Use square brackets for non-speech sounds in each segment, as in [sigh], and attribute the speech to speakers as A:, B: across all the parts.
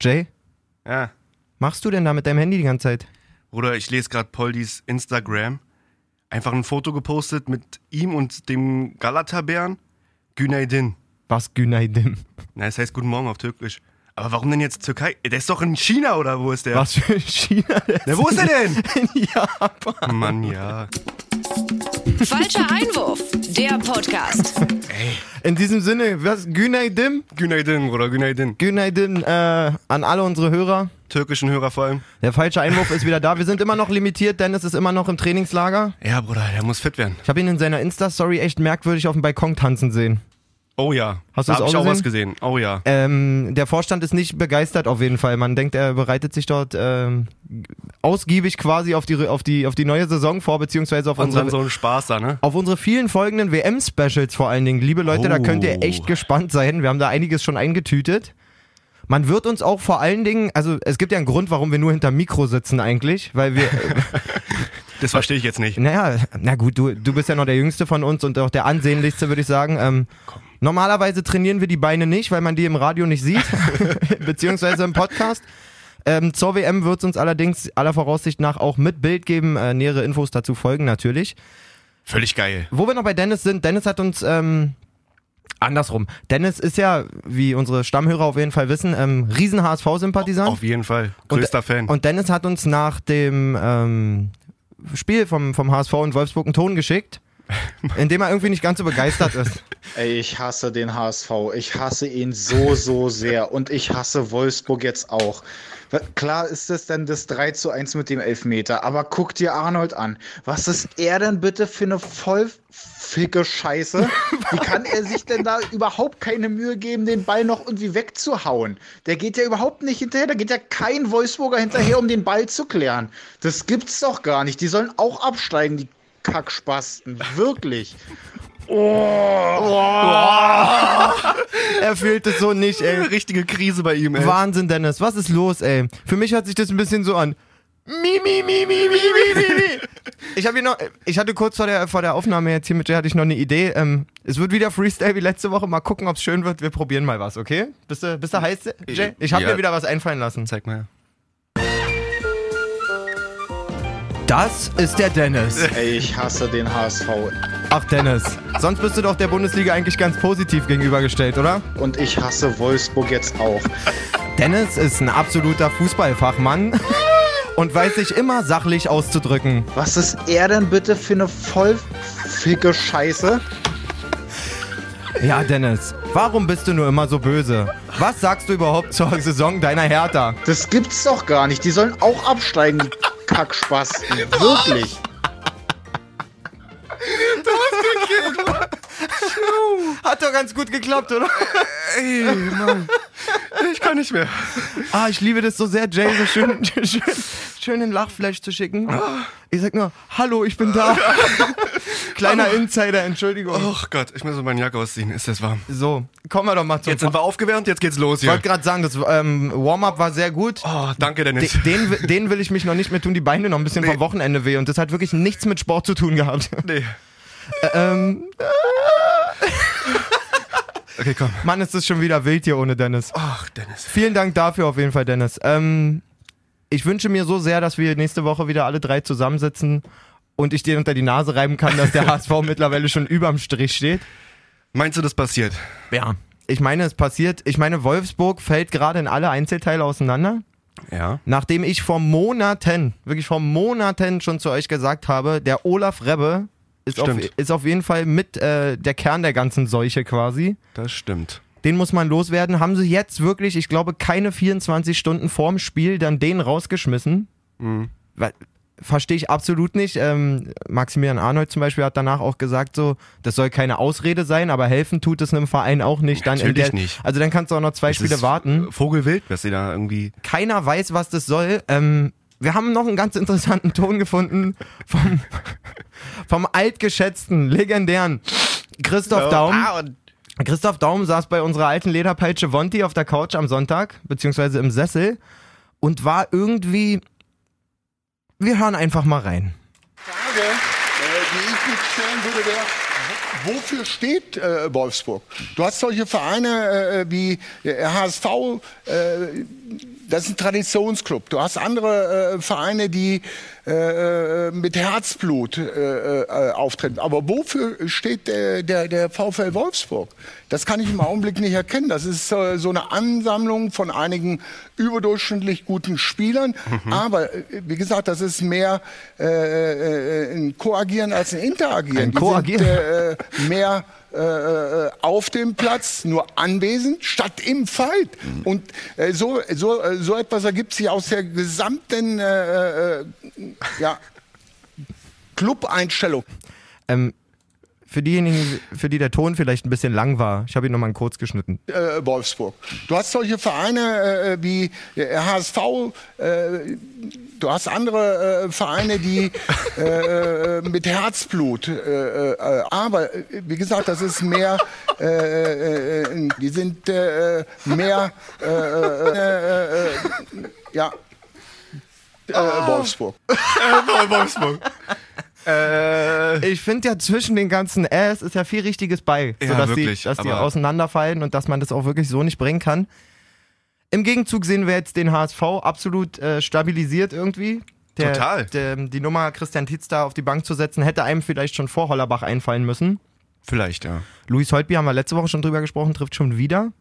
A: Jay,
B: Ja.
A: machst du denn da mit deinem Handy die ganze Zeit?
B: Bruder, ich lese gerade Poldis Instagram. Einfach ein Foto gepostet mit ihm und dem Galatabeeren. Günaydin.
A: Was Günaydim?
B: Na, das heißt Guten Morgen auf Türkisch. Aber warum denn jetzt Türkei? Der ist doch in China oder wo ist der?
A: Was für China? Der
B: [laughs] Na, wo ist er denn?
A: in Japan.
B: Mann, ja.
C: Falscher Einwurf, der Podcast.
A: In diesem Sinne, was Günaydim?
B: Günaydin, Bruder, Günaydin.
A: Günaydim äh, an alle unsere Hörer.
B: Türkischen Hörer vor allem.
A: Der falsche Einwurf ist wieder da. Wir sind immer noch limitiert. Dennis ist immer noch im Trainingslager.
B: Ja, Bruder, der muss fit werden.
A: Ich habe ihn in seiner Insta-Story echt merkwürdig auf dem Balkon tanzen sehen.
B: Oh ja.
A: Hast du
B: da
A: das
B: hab ich
A: auch
B: auch was gesehen. Oh ja.
A: Ähm, der Vorstand ist nicht begeistert auf jeden Fall. Man denkt, er bereitet sich dort ähm, ausgiebig quasi auf die, auf, die, auf die neue Saison vor, beziehungsweise auf
B: Unseren
A: unsere,
B: so ein Spaß da, ne?
A: auf unsere vielen folgenden WM-Specials vor allen Dingen. Liebe Leute, da
B: Oh.
A: könnt ihr echt gespannt sein. Wir haben da einiges schon eingetütet. Man wird uns auch vor allen Dingen, also es gibt ja einen Grund, warum wir nur hinterm Mikro sitzen eigentlich, weil wir,
B: Das verstehe ich jetzt nicht.
A: naja, na gut, du, du bist ja noch der Jüngste von uns und auch der ansehnlichste, würde ich sagen. Ähm, normalerweise trainieren wir die Beine nicht, weil man die im Radio nicht sieht, beziehungsweise im Podcast. Ähm, zur WM wird es uns allerdings aller Voraussicht nach auch mit Bild geben. Äh, nähere Infos dazu folgen natürlich.
B: Völlig geil.
A: Wo wir noch bei Dennis sind, Dennis hat uns ähm, andersrum. Dennis ist ja, wie unsere Stammhörer auf jeden Fall wissen, ähm, riesen HSV-Sympathisant.
B: Auf jeden Fall. Größter Fan.
A: Und Dennis hat uns nach dem ähm, Spiel vom, vom HSV und Wolfsburg einen Ton geschickt, in dem er irgendwie nicht ganz so begeistert ist.
D: Ey, ich hasse den HSV. Ich hasse ihn so, so sehr. Und ich hasse Wolfsburg jetzt auch. W- Klar ist es denn das 3 zu 1 mit dem Elfmeter, aber guck dir Arnold an. Was ist er denn bitte für eine vollficke Scheiße? Wie kann er sich denn da überhaupt keine Mühe geben, den Ball noch irgendwie wegzuhauen? Der geht ja überhaupt nicht hinterher. Da geht ja kein Wolfsburger hinterher, um den Ball zu klären. Das gibt's doch gar nicht. Die sollen auch absteigen, die Kackspasten. Wirklich.
A: Er fühlt es so nicht, ey.
B: Richtige Krise bei ihm, ey.
A: Wahnsinn, Dennis. Was ist los, ey? Für mich hört sich das ein bisschen so an. Mi, mi, mi, mi, mi, mi, mi, mi. Ich, hab hier noch, ich hatte kurz vor der, vor der Aufnahme jetzt hier mit dir hatte ich noch eine Idee. Ähm, es wird wieder Freestyle wie letzte Woche. Mal gucken, ob es schön wird. Wir probieren mal was, okay? Bist du, bist du heiß, Jay? Ich habe
B: Ja.
A: mir wieder was einfallen lassen.
B: Zeig mal.
A: Das ist der Dennis.
D: Ey, ich hasse den HSV.
A: [laughs] Ach Dennis, sonst bist du doch der Bundesliga eigentlich ganz positiv gegenübergestellt, oder?
D: Und ich hasse Wolfsburg jetzt auch.
A: Dennis ist ein absoluter [laughs] Fußballfachmann und weiß sich immer sachlich auszudrücken.
D: Was ist er denn bitte für eine vollficke Scheiße?
A: Ja, Dennis, warum bist du nur immer so böse? Was sagst du überhaupt zur Saison deiner Hertha?
D: Das gibt's doch gar nicht. Die sollen auch absteigen, die Kackspasten. Wirklich.
A: Hat doch ganz gut geklappt, oder?
B: Ich kann nicht mehr.
A: Ah, ich liebe das so sehr, Jay, so schön, [laughs] schön, schön ein Lachflash zu schicken. Ich sag nur, hallo, ich bin
B: [laughs]
A: da. Kleiner Insider, Entschuldigung.
B: Oh Gott, ich muss mal meine Jacke ausziehen. Ist das warm?
A: So, kommen wir doch mal zum...
B: Oh. Jetzt sind wir aufgewärmt, jetzt geht's los
A: ich
B: hier.
A: wollte gerade sagen, das ähm, Warm-up war sehr gut.
B: Oh, danke, Dennis.
A: De- Den, wi- den will ich mich noch nicht mehr tun, die Beine noch ein bisschen vom Wochenende weh und das hat wirklich nichts mit Sport zu tun gehabt. [laughs]
B: [laughs] Nee.
A: ähm,
B: Okay, komm.
A: Mann, ist das schon wieder wild hier ohne Dennis.
B: Ach, Dennis.
A: Vielen Dank dafür auf jeden Fall, Dennis. Ähm, ich wünsche mir so sehr, dass wir nächste Woche wieder alle drei zusammensitzen und ich dir unter die Nase reiben kann, dass der HSV mittlerweile schon überm Strich steht.
B: Meinst du, das passiert?
A: Ja. Ich meine, es passiert. Ich meine, Wolfsburg fällt gerade in alle Einzelteile auseinander.
B: Ja.
A: Nachdem ich vor Monaten, wirklich vor Monaten schon zu euch gesagt habe, der Olaf Rebbe ist, auf,
B: Stimmt.
A: ist auf jeden Fall mit äh, der Kern der ganzen Seuche quasi.
B: Das stimmt.
A: Den muss man loswerden. Haben sie jetzt wirklich, ich glaube, keine 24 Stunden vorm Spiel dann den rausgeschmissen?
B: Mhm.
A: Weil- Verstehe ich absolut nicht. Ähm, Maximilian Arnold zum Beispiel hat danach auch gesagt, so, das soll keine Ausrede sein, aber helfen tut es einem Verein auch nicht. Dann in
B: Natürlich
A: der,
B: nicht. äh,
A: Also dann kannst du auch noch zwei Spiele warten
B: Vogelwild, was sie da [laughs] irgendwie.
A: keiner weiß, was das soll. Ähm, wir haben noch einen ganz interessanten Ton gefunden vom, [laughs] vom altgeschätzten, legendären Christoph Daum.
B: und
A: Christoph Daum saß bei unserer alten Lederpeitsche Wonti auf der Couch am Sonntag, beziehungsweise im Sessel, und war irgendwie. Wir hören einfach mal rein.
E: Frage, äh, die ich mir stellen würde, wäre, wo- wofür steht äh, äh, Wolfsburg? Du hast solche Vereine äh, wie der HSV, äh, Das ist ein Traditionsclub. Du hast andere äh, Vereine, die äh, äh, mit Herzblut äh, äh, auftreten. Aber wofür steht der, der, der VfL Wolfsburg? Das kann ich im Augenblick nicht erkennen. Das ist äh, so eine Ansammlung von einigen überdurchschnittlich guten Spielern.
A: Mhm.
E: Aber äh, wie gesagt, das ist mehr äh, äh, ein Koagieren als ein Interagieren.
A: Ein
E: Die
A: Koagieren.
E: Sind, äh, äh, mehr äh, äh, auf dem Platz, nur anwesend, statt im Fight. Und äh, so, so, äh, so etwas ergibt sich aus der gesamten äh, äh, ja, Club-Einstellung.
A: Ähm, für diejenigen, für die der Ton vielleicht ein bisschen lang war, ich habe ihn nochmal kurz geschnitten.
E: äh, Wolfsburg. Du hast solche Vereine äh, wie äh, HSV, äh, du hast andere äh, Vereine, die äh, äh, mit Herzblut, äh, äh, aber äh, wie gesagt, das ist mehr, äh, äh, äh, die sind äh, mehr, äh, äh, äh, ja, äh, Wolfsburg.
B: Äh, Wolfsburg. [laughs] Äh,
A: Ich finde ja zwischen den ganzen Ass ist ja viel Richtiges bei,
B: Ja,
A: sodass
B: wirklich,
A: die, dass die
B: aber-
A: auseinanderfallen und dass man das auch wirklich so nicht bringen kann. Im Gegenzug sehen wir jetzt den HSV absolut äh, stabilisiert irgendwie. Der,
B: Total.
A: Der, ähm, die Nummer Christian Titz da auf die Bank zu setzen, hätte einem vielleicht schon vor Hollerbach einfallen müssen.
B: Vielleicht, ja.
A: Luis Holtby haben wir letzte Woche schon drüber gesprochen, trifft schon wieder.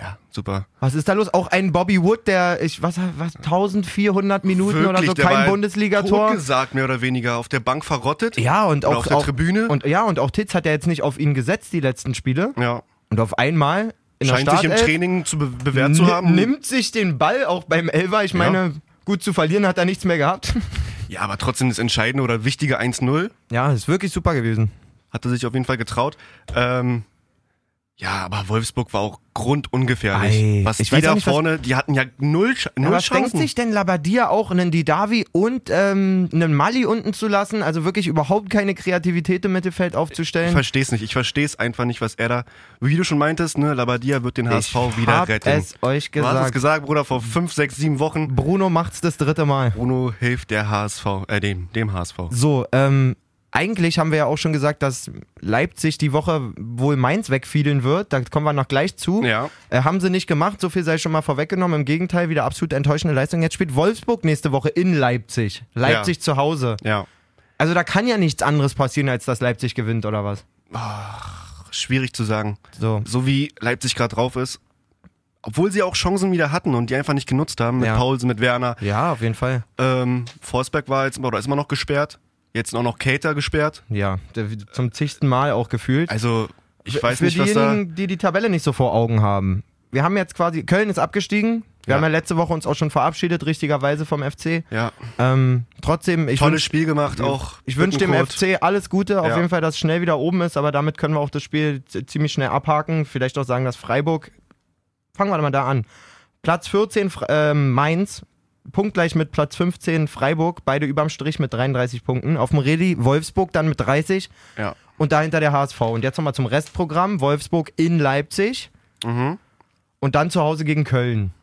B: Ja, super.
A: Was ist da los? Auch ein Bobby Wood, der, ich, was, was 1400 Minuten oder so,
B: der war
A: kein Bundesligator.
B: totgesagt, mehr oder weniger, auf der Bank verrottet.
A: Ja, und
B: Oder
A: auch
B: auf der
A: auch,
B: Tribüne.
A: Und, ja, und auch Titz hat ja jetzt nicht auf ihn gesetzt, die letzten Spiele.
B: ja.
A: Und auf einmal in
B: Scheint
A: der
B: sich im
A: Startelf
B: Training zu be bewährt zu
A: ni-
B: haben.
A: nimmt sich den Ball auch beim Elfer. Ich meine, gut zu verlieren hat er nichts mehr gehabt. [laughs]
B: Ja, aber trotzdem das entscheidende oder wichtige 1-0
A: Ja, ist wirklich super gewesen.
B: hat er sich auf jeden Fall getraut. Ähm, ja, aber Wolfsburg war auch grundungefährlich.
A: Ei,
B: was
A: ich
B: die
A: weiß
B: da
A: auch nicht, was-
B: vorne, die hatten ja null, Sch null
A: Was denkt
B: Chancen.
A: sich denn Labadia auch, einen Didavi und ähm, einen Mali unten zu lassen? Also wirklich überhaupt keine Kreativität im Mittelfeld
B: Ich
A: aufzustellen?
B: verstehe es nicht. Ich verstehe es einfach nicht, was er da. Wie du schon meintest, ne, Labadia wird den HSV wieder
A: hab
B: retten.
A: es euch
B: Du hast es
A: gesagt.
B: gesagt, Bruder, vor fünf, sechs, sieben Wochen.
A: Bruno macht's das dritte Mal.
B: Bruno hilft der HSV, äh, dem, dem HSV.
A: So, ähm, eigentlich haben wir ja auch schon gesagt, dass Leipzig die Woche wohl Mainz wegfiedeln wird. Da kommen wir noch gleich zu.
B: Ja.
A: Äh, haben sie nicht gemacht, so viel sei schon mal vorweggenommen. Im Gegenteil, wieder absolut enttäuschende Leistung. Jetzt spielt Wolfsburg nächste Woche in Leipzig. Leipzig zu Hause.
B: Ja.
A: Also da kann ja nichts anderes passieren, als dass Leipzig gewinnt oder was.
B: Schwierig zu sagen.
A: So.
B: So wie Leipzig gerade drauf ist. Obwohl sie auch Chancen wieder hatten und die einfach nicht genutzt haben. Mit
A: Ja.
B: Paulsen, mit Werner.
A: Ja, auf jeden Fall.
B: Ähm, Forsberg war jetzt oder ist immer noch gesperrt. Jetzt auch noch Cater gesperrt.
A: Ja, der- zum zigsten Mal auch gefühlt.
B: Also, ich weiß
A: Für
B: nicht, was da.
A: diejenigen, die die Tabelle nicht so vor Augen haben. Wir haben jetzt quasi, Köln ist abgestiegen. Wir
B: Ja.
A: haben ja letzte Woche uns auch schon verabschiedet, richtigerweise vom FC.
B: Ja,
A: Ähm, trotzdem, ich
B: tolles
A: wünsche
B: Spiel gemacht auch.
A: ich wünsch dem
B: Bittencourt.
A: FC alles Gute, auf
B: Ja.
A: jeden Fall, dass es schnell wieder oben ist, aber damit können wir auch das Spiel z- ziemlich schnell abhaken. Vielleicht auch sagen, dass Freiburg. Fangen wir mal da an. Platz 14 Fre- ähm, Mainz, punktgleich mit Platz 15 Freiburg, beide überm Strich mit 33 Punkten. Auf dem Redi Wolfsburg dann mit 30
B: Ja.
A: und dahinter der HSV. Und jetzt nochmal zum Restprogramm: Wolfsburg in Leipzig
B: Mhm.
A: und dann zu Hause gegen Köln.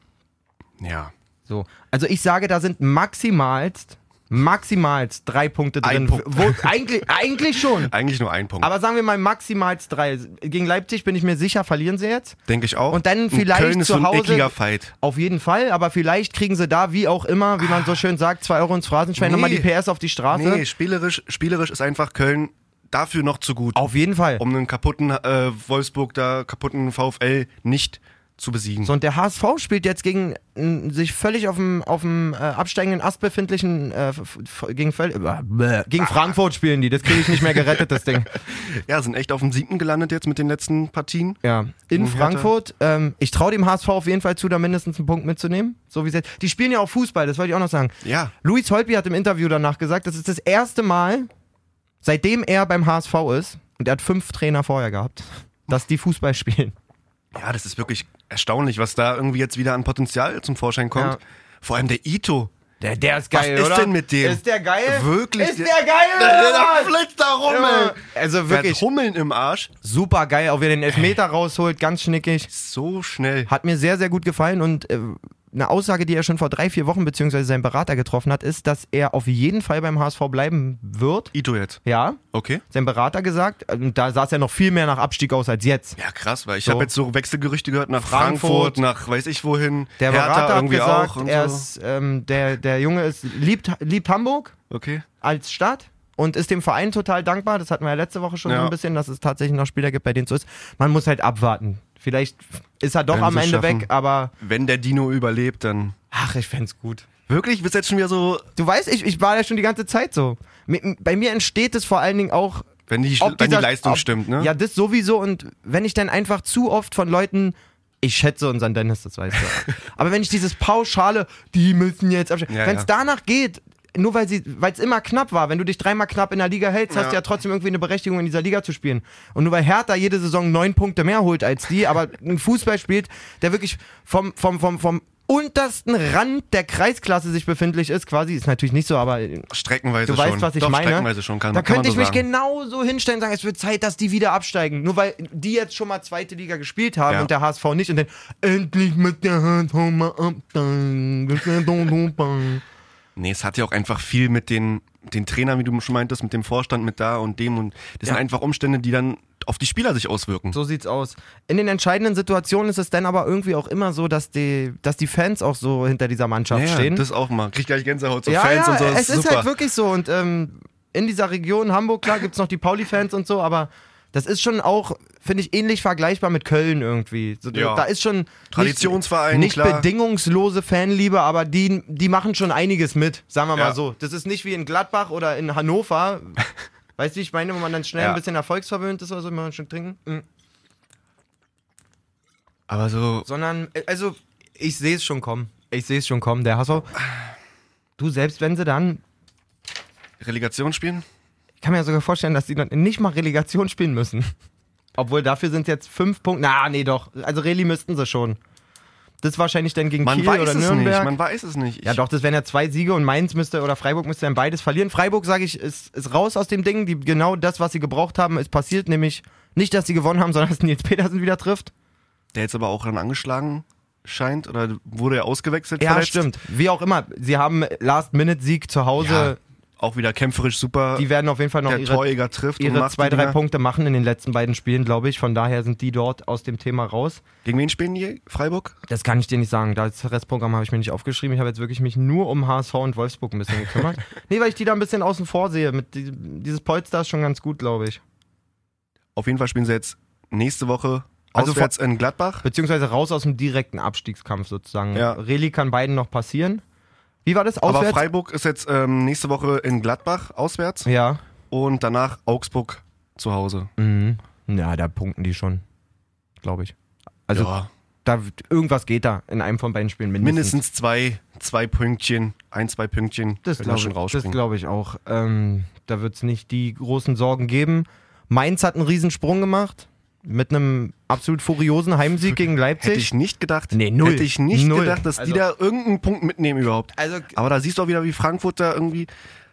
B: Ja.
A: So. Also ich sage, da sind maximalst, maximalst drei Punkte
B: Ein
A: drin.
B: Punkt.
A: Wo, eigentlich, eigentlich
B: [laughs]
A: schon.
B: Eigentlich nur ein Punkt.
A: Aber sagen wir mal maximalst drei. Gegen Leipzig bin ich mir sicher, verlieren sie jetzt.
B: Denke ich auch.
A: Und dann
B: In
A: vielleicht
B: Köln ist
A: zu
B: so ein
A: Hause-
B: ekliger Fight.
A: Auf jeden Fall, aber vielleicht kriegen sie da, wie auch immer, wie man so schön sagt, zwei Euro ins Phrasenschwein,
B: Ah. Nee.
A: nochmal die PS auf die Straße.
B: Nee, spielerisch, spielerisch ist einfach Köln dafür noch zu gut,
A: Auf jeden Fall.
B: um einen kaputten äh, Wolfsburg, da kaputten VfL nicht zu besiegen.
A: So, und der HSV spielt jetzt gegen einen sich völlig auf dem, auf dem äh, absteigenden Ast befindlichen, äh, f- f- gegen, völ- äh, bäh,
B: Ah.
A: gegen Frankfurt spielen die. Das kriege ich nicht mehr gerettet, das
B: [laughs]
A: Ding.
B: Ja, sind echt auf dem siebten gelandet jetzt mit den letzten Partien.
A: Ja, in
B: Hertha.
A: Frankfurt. Ähm, ich traue dem HSV auf jeden Fall zu, da mindestens einen Punkt mitzunehmen. So wie es jetzt. Die spielen ja auch Fußball, das wollte ich auch noch sagen.
B: Ja.
A: Luis Holtby hat im Interview danach gesagt, das ist das erste Mal, seitdem er beim HSV ist, und er hat fünf Trainer vorher gehabt, [laughs] dass die Fußball spielen.
B: Ja, das ist wirklich erstaunlich, was da irgendwie jetzt wieder an Potenzial zum Vorschein kommt.
A: Ja.
B: Vor allem der Ito.
A: Der, der ist
B: Was
A: geil,
B: ist
A: oder?
B: denn mit dem?
A: Ist der geil?
B: Wirklich?
A: Ist der geil?
B: Der, der,
A: oder was?
B: flitzt da rum,
A: Ja.
B: ey.
A: Also
B: Der hat
A: wirklich
B: Hummeln im Arsch.
A: super geil, auch wie er den Elfmeter rausholt, ganz schnickig.
B: So schnell.
A: Hat mir sehr, sehr gut gefallen und äh, eine Aussage, die er schon vor drei, vier Wochen beziehungsweise sein Berater getroffen hat, ist, dass er auf jeden Fall beim HSV bleiben wird.
B: Ito jetzt.
A: Ja,
B: Okay.
A: sein Berater gesagt. äh, Und da sah es ja noch viel mehr nach Abstieg aus als jetzt.
B: Ja, krass, weil ich
A: So.
B: habe jetzt so Wechselgerüchte gehört nach
A: Frankfurt.
B: Frankfurt, nach weiß ich wohin.
A: Der
B: Hertha
A: Berater hat
B: irgendwie
A: gesagt,
B: auch und
A: er
B: so.
A: ist, ähm, der, der Junge ist, liebt, liebt Hamburg
B: Okay.
A: als Stadt und ist dem Verein total dankbar. Das hatten wir ja letzte Woche schon so
B: Ja.
A: ein bisschen, dass es tatsächlich noch Spieler gibt, bei denen es so ist. Man muss halt abwarten. Vielleicht ist er doch
B: Werden
A: am
B: sie
A: Ende
B: schaffen.
A: weg, aber
B: Wenn der Dino überlebt, dann.
A: ach, ich fänd's gut.
B: Wirklich? Bist jetzt schon wieder so,
A: Du weißt, ich, ich war ja schon die ganze Zeit so. Mi- Bei mir entsteht es vor allen Dingen auch
B: wenn die,
A: ob
B: wenn die
A: dieser-
B: Leistung
A: ob-
B: stimmt, ne?
A: Ja, das sowieso. Und wenn ich dann einfach zu oft von Leuten, ich schätze unseren Dennis, das weißt
B: [laughs]
A: du. aber wenn ich dieses pauschale, die müssen jetzt absteigen.
B: Ja,
A: wenn es
B: ja.
A: danach geht, nur weil es immer knapp war, wenn du dich dreimal knapp in der Liga hältst, hast du ja trotzdem irgendwie eine Berechtigung, in dieser Liga zu spielen. Und nur weil Hertha jede Saison neun Punkte mehr holt als die,
B: [laughs]
A: aber einen Fußball spielt, der wirklich vom, vom, vom, vom untersten Rand der Kreisklasse sich befindlich ist, quasi, ist natürlich nicht so, aber
B: Streckenweise
A: Du
B: schon.
A: weißt, was ich
B: Doch,
A: meine.
B: Streckenweise schon kann,
A: da
B: kann man
A: könnte
B: so
A: ich mich
B: sagen.
A: genauso hinstellen und sagen, es wird Zeit, dass die wieder absteigen. Nur weil die jetzt schon mal zweite Liga gespielt haben
B: Ja.
A: und der HSV nicht. Und dann endlich mit der Hand hau mal absteigen. Wir sind so super.
B: Nee, es hat ja auch einfach viel mit den, den Trainern, wie du schon meintest, mit dem Vorstand, mit da und dem und das sind einfach Umstände, die dann auf die Spieler sich auswirken.
A: so sieht's aus. In den entscheidenden Situationen ist es dann aber irgendwie auch immer so, dass die, dass die Fans auch so hinter dieser Mannschaft stehen.
B: das auch mal. Krieg gleich Gänsehaut, so
A: ja,
B: Fans
A: ja,
B: und so. das
A: es ist
B: super.
A: halt wirklich so. Und ähm, in dieser Region Hamburg, klar, gibt's noch die Pauli-Fans und so, aber das ist schon auch, finde ich, ähnlich vergleichbar mit Köln irgendwie. So,
B: Ja.
A: Da ist schon
B: Traditionsverein,
A: nicht, nicht
B: klar.
A: bedingungslose Fanliebe, aber die, die machen schon einiges mit, sagen wir mal
B: Ja.
A: so. Das ist nicht wie in Gladbach oder in
B: [laughs]
A: Hannover. weißt du, wie ich meine, wo man dann schnell
B: Ja.
A: ein bisschen erfolgsverwöhnt ist oder so, wenn man schon trinken. Mm.
B: Aber so,
A: sondern äh, also ich sehe es schon kommen. Ich sehe es schon kommen, der HSV. Du selbst, wenn sie dann,
B: Relegation spielen?
A: ich kann mir ja sogar vorstellen, dass die dann nicht mal Relegation spielen müssen. Obwohl dafür sind jetzt fünf Punkte. Na, nee, doch. Also Reli müssten sie schon. Das ist wahrscheinlich dann gegen
B: Man
A: Kiel
B: weiß
A: oder
B: es
A: Nürnberg.
B: nicht. Man weiß es nicht.
A: ja, doch, das wären ja zwei Siege und Mainz müsste oder Freiburg müsste dann beides verlieren. Freiburg, sage ich, ist, ist raus aus dem Ding. Die, genau das, was sie gebraucht haben, ist passiert. Nämlich nicht, dass sie gewonnen haben, [laughs] sondern dass Nils Petersen wieder trifft.
B: Der jetzt aber auch dann angeschlagen scheint oder wurde ja ausgewechselt.
A: Ja,
B: verletzt.
A: stimmt. Wie auch immer. Sie haben Last-Minute-Sieg zu Hause.
B: Ja, auch wieder kämpferisch super.
A: Die werden auf jeden Fall noch
B: der
A: ihre,
B: Torjäger trifft und
A: ihre
B: macht
A: zwei,
B: die
A: drei
B: Dinger.
A: Punkte machen in den letzten beiden Spielen, glaube ich. Von daher sind die dort aus dem Thema raus.
B: Gegen wen spielen die? Freiburg?
A: Das kann ich dir nicht sagen. Das Restprogramm habe ich mir nicht aufgeschrieben. Ich habe jetzt wirklich mich nur um HSV und Wolfsburg ein bisschen gekümmert.
B: [laughs]
A: nee, weil ich die da ein bisschen außen vor sehe. Mit die, dieses Polster ist schon ganz gut, glaube ich.
B: Auf jeden Fall spielen sie jetzt nächste Woche
A: Also
B: auswärts in Gladbach.
A: Beziehungsweise raus aus dem direkten Abstiegskampf sozusagen.
B: Ja.
A: Reli kann beiden noch passieren. Wie war das?
B: Aber
A: Auswärts?
B: Freiburg ist jetzt ähm, nächste Woche in Gladbach auswärts
A: ja.
B: und danach Augsburg zu Hause.
A: Mhm. Ja, da punkten die schon, glaube ich. Also
B: ja,
A: da irgendwas geht da in einem von beiden Spielen mindestens.
B: mindestens zwei, zwei Pünktchen, ein, zwei Pünktchen.
A: Das glaube
B: können wir
A: ich,
B: schon
A: das
B: rausspringen.
A: glaub ich auch. Ähm, da wird es nicht die großen Sorgen geben. Mainz hat einen Riesensprung gemacht mit einem absolut furiosen Heimsieg gegen Leipzig.
B: Hätte ich nicht gedacht.
A: Nee, null.
B: Hätte ich nicht
A: Null.
B: gedacht, dass
A: Also-
B: die da irgendeinen Punkt mitnehmen überhaupt.
A: also
B: Aber da siehst du auch wieder, wie Frankfurt da irgendwie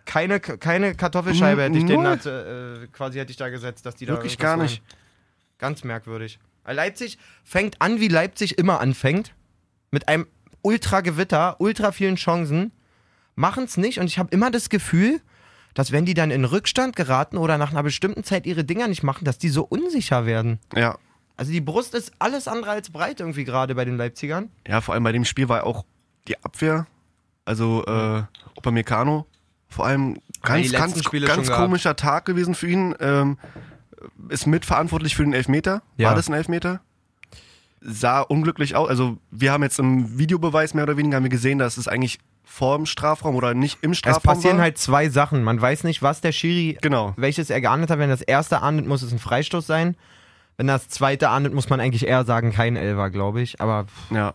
A: keine, keine Kartoffelscheibe hätte ich
B: Null.
A: denen dazu, äh, quasi hätte ich da gesetzt, dass die da
B: wirklich
A: irgendwas
B: gar nicht.
A: machen. Ganz merkwürdig. Leipzig fängt an, wie Leipzig immer anfängt. Mit einem Ultra-Gewitter, ultra vielen Chancen. Machen es nicht und ich habe immer das Gefühl, dass wenn die dann in Rückstand geraten oder nach einer bestimmten Zeit ihre Dinger nicht machen, dass die so unsicher werden.
B: Ja.
A: Also die Brust ist alles andere als breit irgendwie gerade bei den Leipzigern.
B: Ja, vor allem bei dem Spiel war auch die Abwehr, also äh, Upamecano, vor
A: Ja,
B: allem
A: die
B: ganz,
A: letzten
B: ganz,
A: Spiele
B: ganz
A: schon gehabt.
B: komischer Tag gewesen für ihn. Ähm, ist mitverantwortlich für den Elfmeter.
A: Ja.
B: War das ein Elfmeter? Sah unglücklich aus. Also wir haben jetzt im Videobeweis mehr oder weniger haben wir gesehen, dass es eigentlich vorm Strafraum oder nicht im
A: Es
B: Strafraum
A: passieren
B: war.
A: halt zwei Sachen. Man weiß nicht, was der Schiri
B: genau.
A: welches er geahndet hat. Wenn das erste ahndet, muss es ein Freistoß sein. Wenn das zweite ahndet, muss man eigentlich eher sagen, kein Elfer, glaube ich. Aber
B: Ja.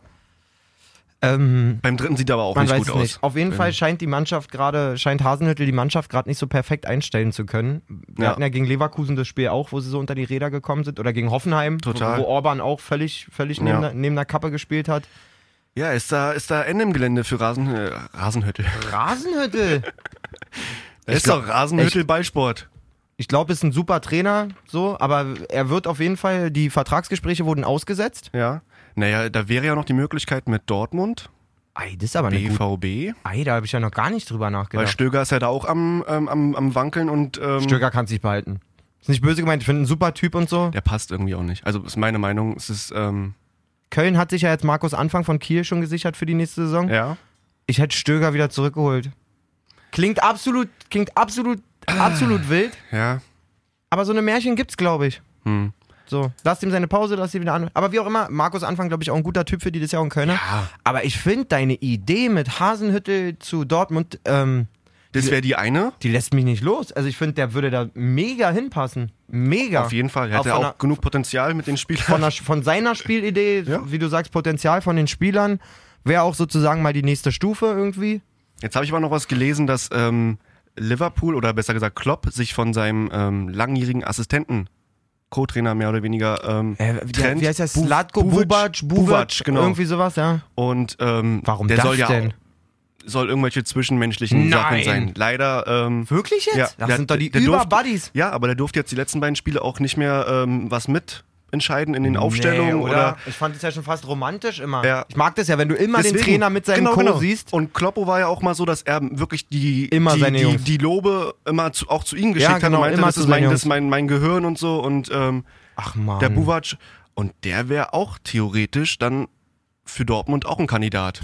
A: ähm,
B: Beim dritten sieht er aber auch
A: man
B: nicht
A: weiß
B: gut
A: es nicht.
B: aus.
A: Auf jeden Fall scheint die Mannschaft gerade, scheint Hasenhüttel die Mannschaft gerade nicht so perfekt einstellen zu können. Wir
B: Ja.
A: hatten ja gegen Leverkusen das Spiel auch, wo sie so unter die Räder gekommen sind. Oder gegen Hoffenheim,
B: Total.
A: Wo, wo Orban auch völlig, völlig neben,
B: Ja.
A: der, neben der Kappe gespielt hat.
B: Ja, ist da, ist da Ende im Gelände für Rasen, äh, Rasenhüttel.
A: Rasenhüttel!
B: Da ist
A: glaub-
B: doch Rasenhüttel Ballsport.
A: Ich glaube, ist ein super Trainer, so, aber er wird auf jeden Fall, die Vertragsgespräche wurden ausgesetzt.
B: Ja. Genau. Naja, da wäre ja noch die Möglichkeit mit Dortmund
A: Ei, das ist aber eine gute.
B: BVB?
A: Ei, da habe ich ja noch gar nicht drüber
B: Weil
A: nachgedacht.
B: Stöger ist ja da auch am, ähm, am, am Wankeln und ähm,
A: Mhm. Stöger kann sich behalten. Ist nicht böse gemeint, ich finde einen super Typ und so.
B: der passt irgendwie auch nicht. Also ist meine Meinung. Es ist, ähm,
A: Köln hat sich ja jetzt Markus Anfang von Kiel schon gesichert für die nächste Saison.
B: ja.
A: Ich hätte Stöger wieder zurückgeholt. Klingt absolut, klingt absolut, absolut wild.
B: Ja.
A: Aber so eine Märchen gibt's, glaube ich.
B: Hm.
A: So, lass ihm seine Pause, lass ihn wieder an. Aber wie auch immer, Markus Anfang, glaube ich, auch ein guter Typ für die, das ist ja auch ein Kölner. ne? Aber ich finde deine Idee mit Hasenhüttel zu Dortmund, ähm,
B: Das wäre die eine.
A: die lässt mich nicht los. Also ich finde, der würde da mega hinpassen. Mega.
B: Auf jeden Fall. Er
A: Auf
B: hat ja
A: von
B: auch
A: der-
B: genug Potenzial mit den Spielern.
A: Von, der, von seiner Spielidee, wie du sagst, Potenzial von den Spielern, wäre auch sozusagen mal die nächste Stufe irgendwie.
B: Jetzt habe ich aber noch was gelesen, dass ähm, Liverpool oder besser gesagt Klopp sich von seinem ähm, langjährigen Assistenten, Co-Trainer mehr oder weniger, ähm,
A: Äh, wie,
B: trennt.
A: wie heißt der?
B: Bu-
A: Slatko Bubac, Bubac,
B: genau.
A: irgendwie sowas, ja.
B: Und ähm,
A: Warum
B: der
A: das
B: soll ja
A: denn?
B: soll irgendwelche zwischenmenschlichen
A: Nein.
B: Sachen sein. Leider. Ähm,
A: Wirklich jetzt?
B: Ja,
A: das
B: der-
A: sind doch die
B: der durfte-
A: Überbuddies.
B: Ja, aber der durfte jetzt die letzten beiden Spiele auch nicht mehr ähm, was mit entscheiden in den Aufstellungen
A: Nee,
B: oder.
A: Ich fand es ja schon fast romantisch immer.
B: Ja.
A: Ich mag das ja, wenn du immer den
B: Deswegen-
A: Trainer mit seinem
B: genau,
A: Co
B: genau.
A: siehst.
B: Und Kloppo war ja auch mal so, dass er wirklich die,
A: Immer
B: die,
A: seine
B: die,
A: Jungs.
B: die Lobe immer zu, auch zu ihm geschickt
A: genau,
B: hat und meinte,
A: immer
B: das,
A: zu
B: ist
A: seinen
B: mein, das
A: Jungs.
B: ist mein, mein Gehirn und so. Und ähm,
A: Ach man.
B: der Buvac, und der wäre auch theoretisch dann für Dortmund auch ein Kandidat.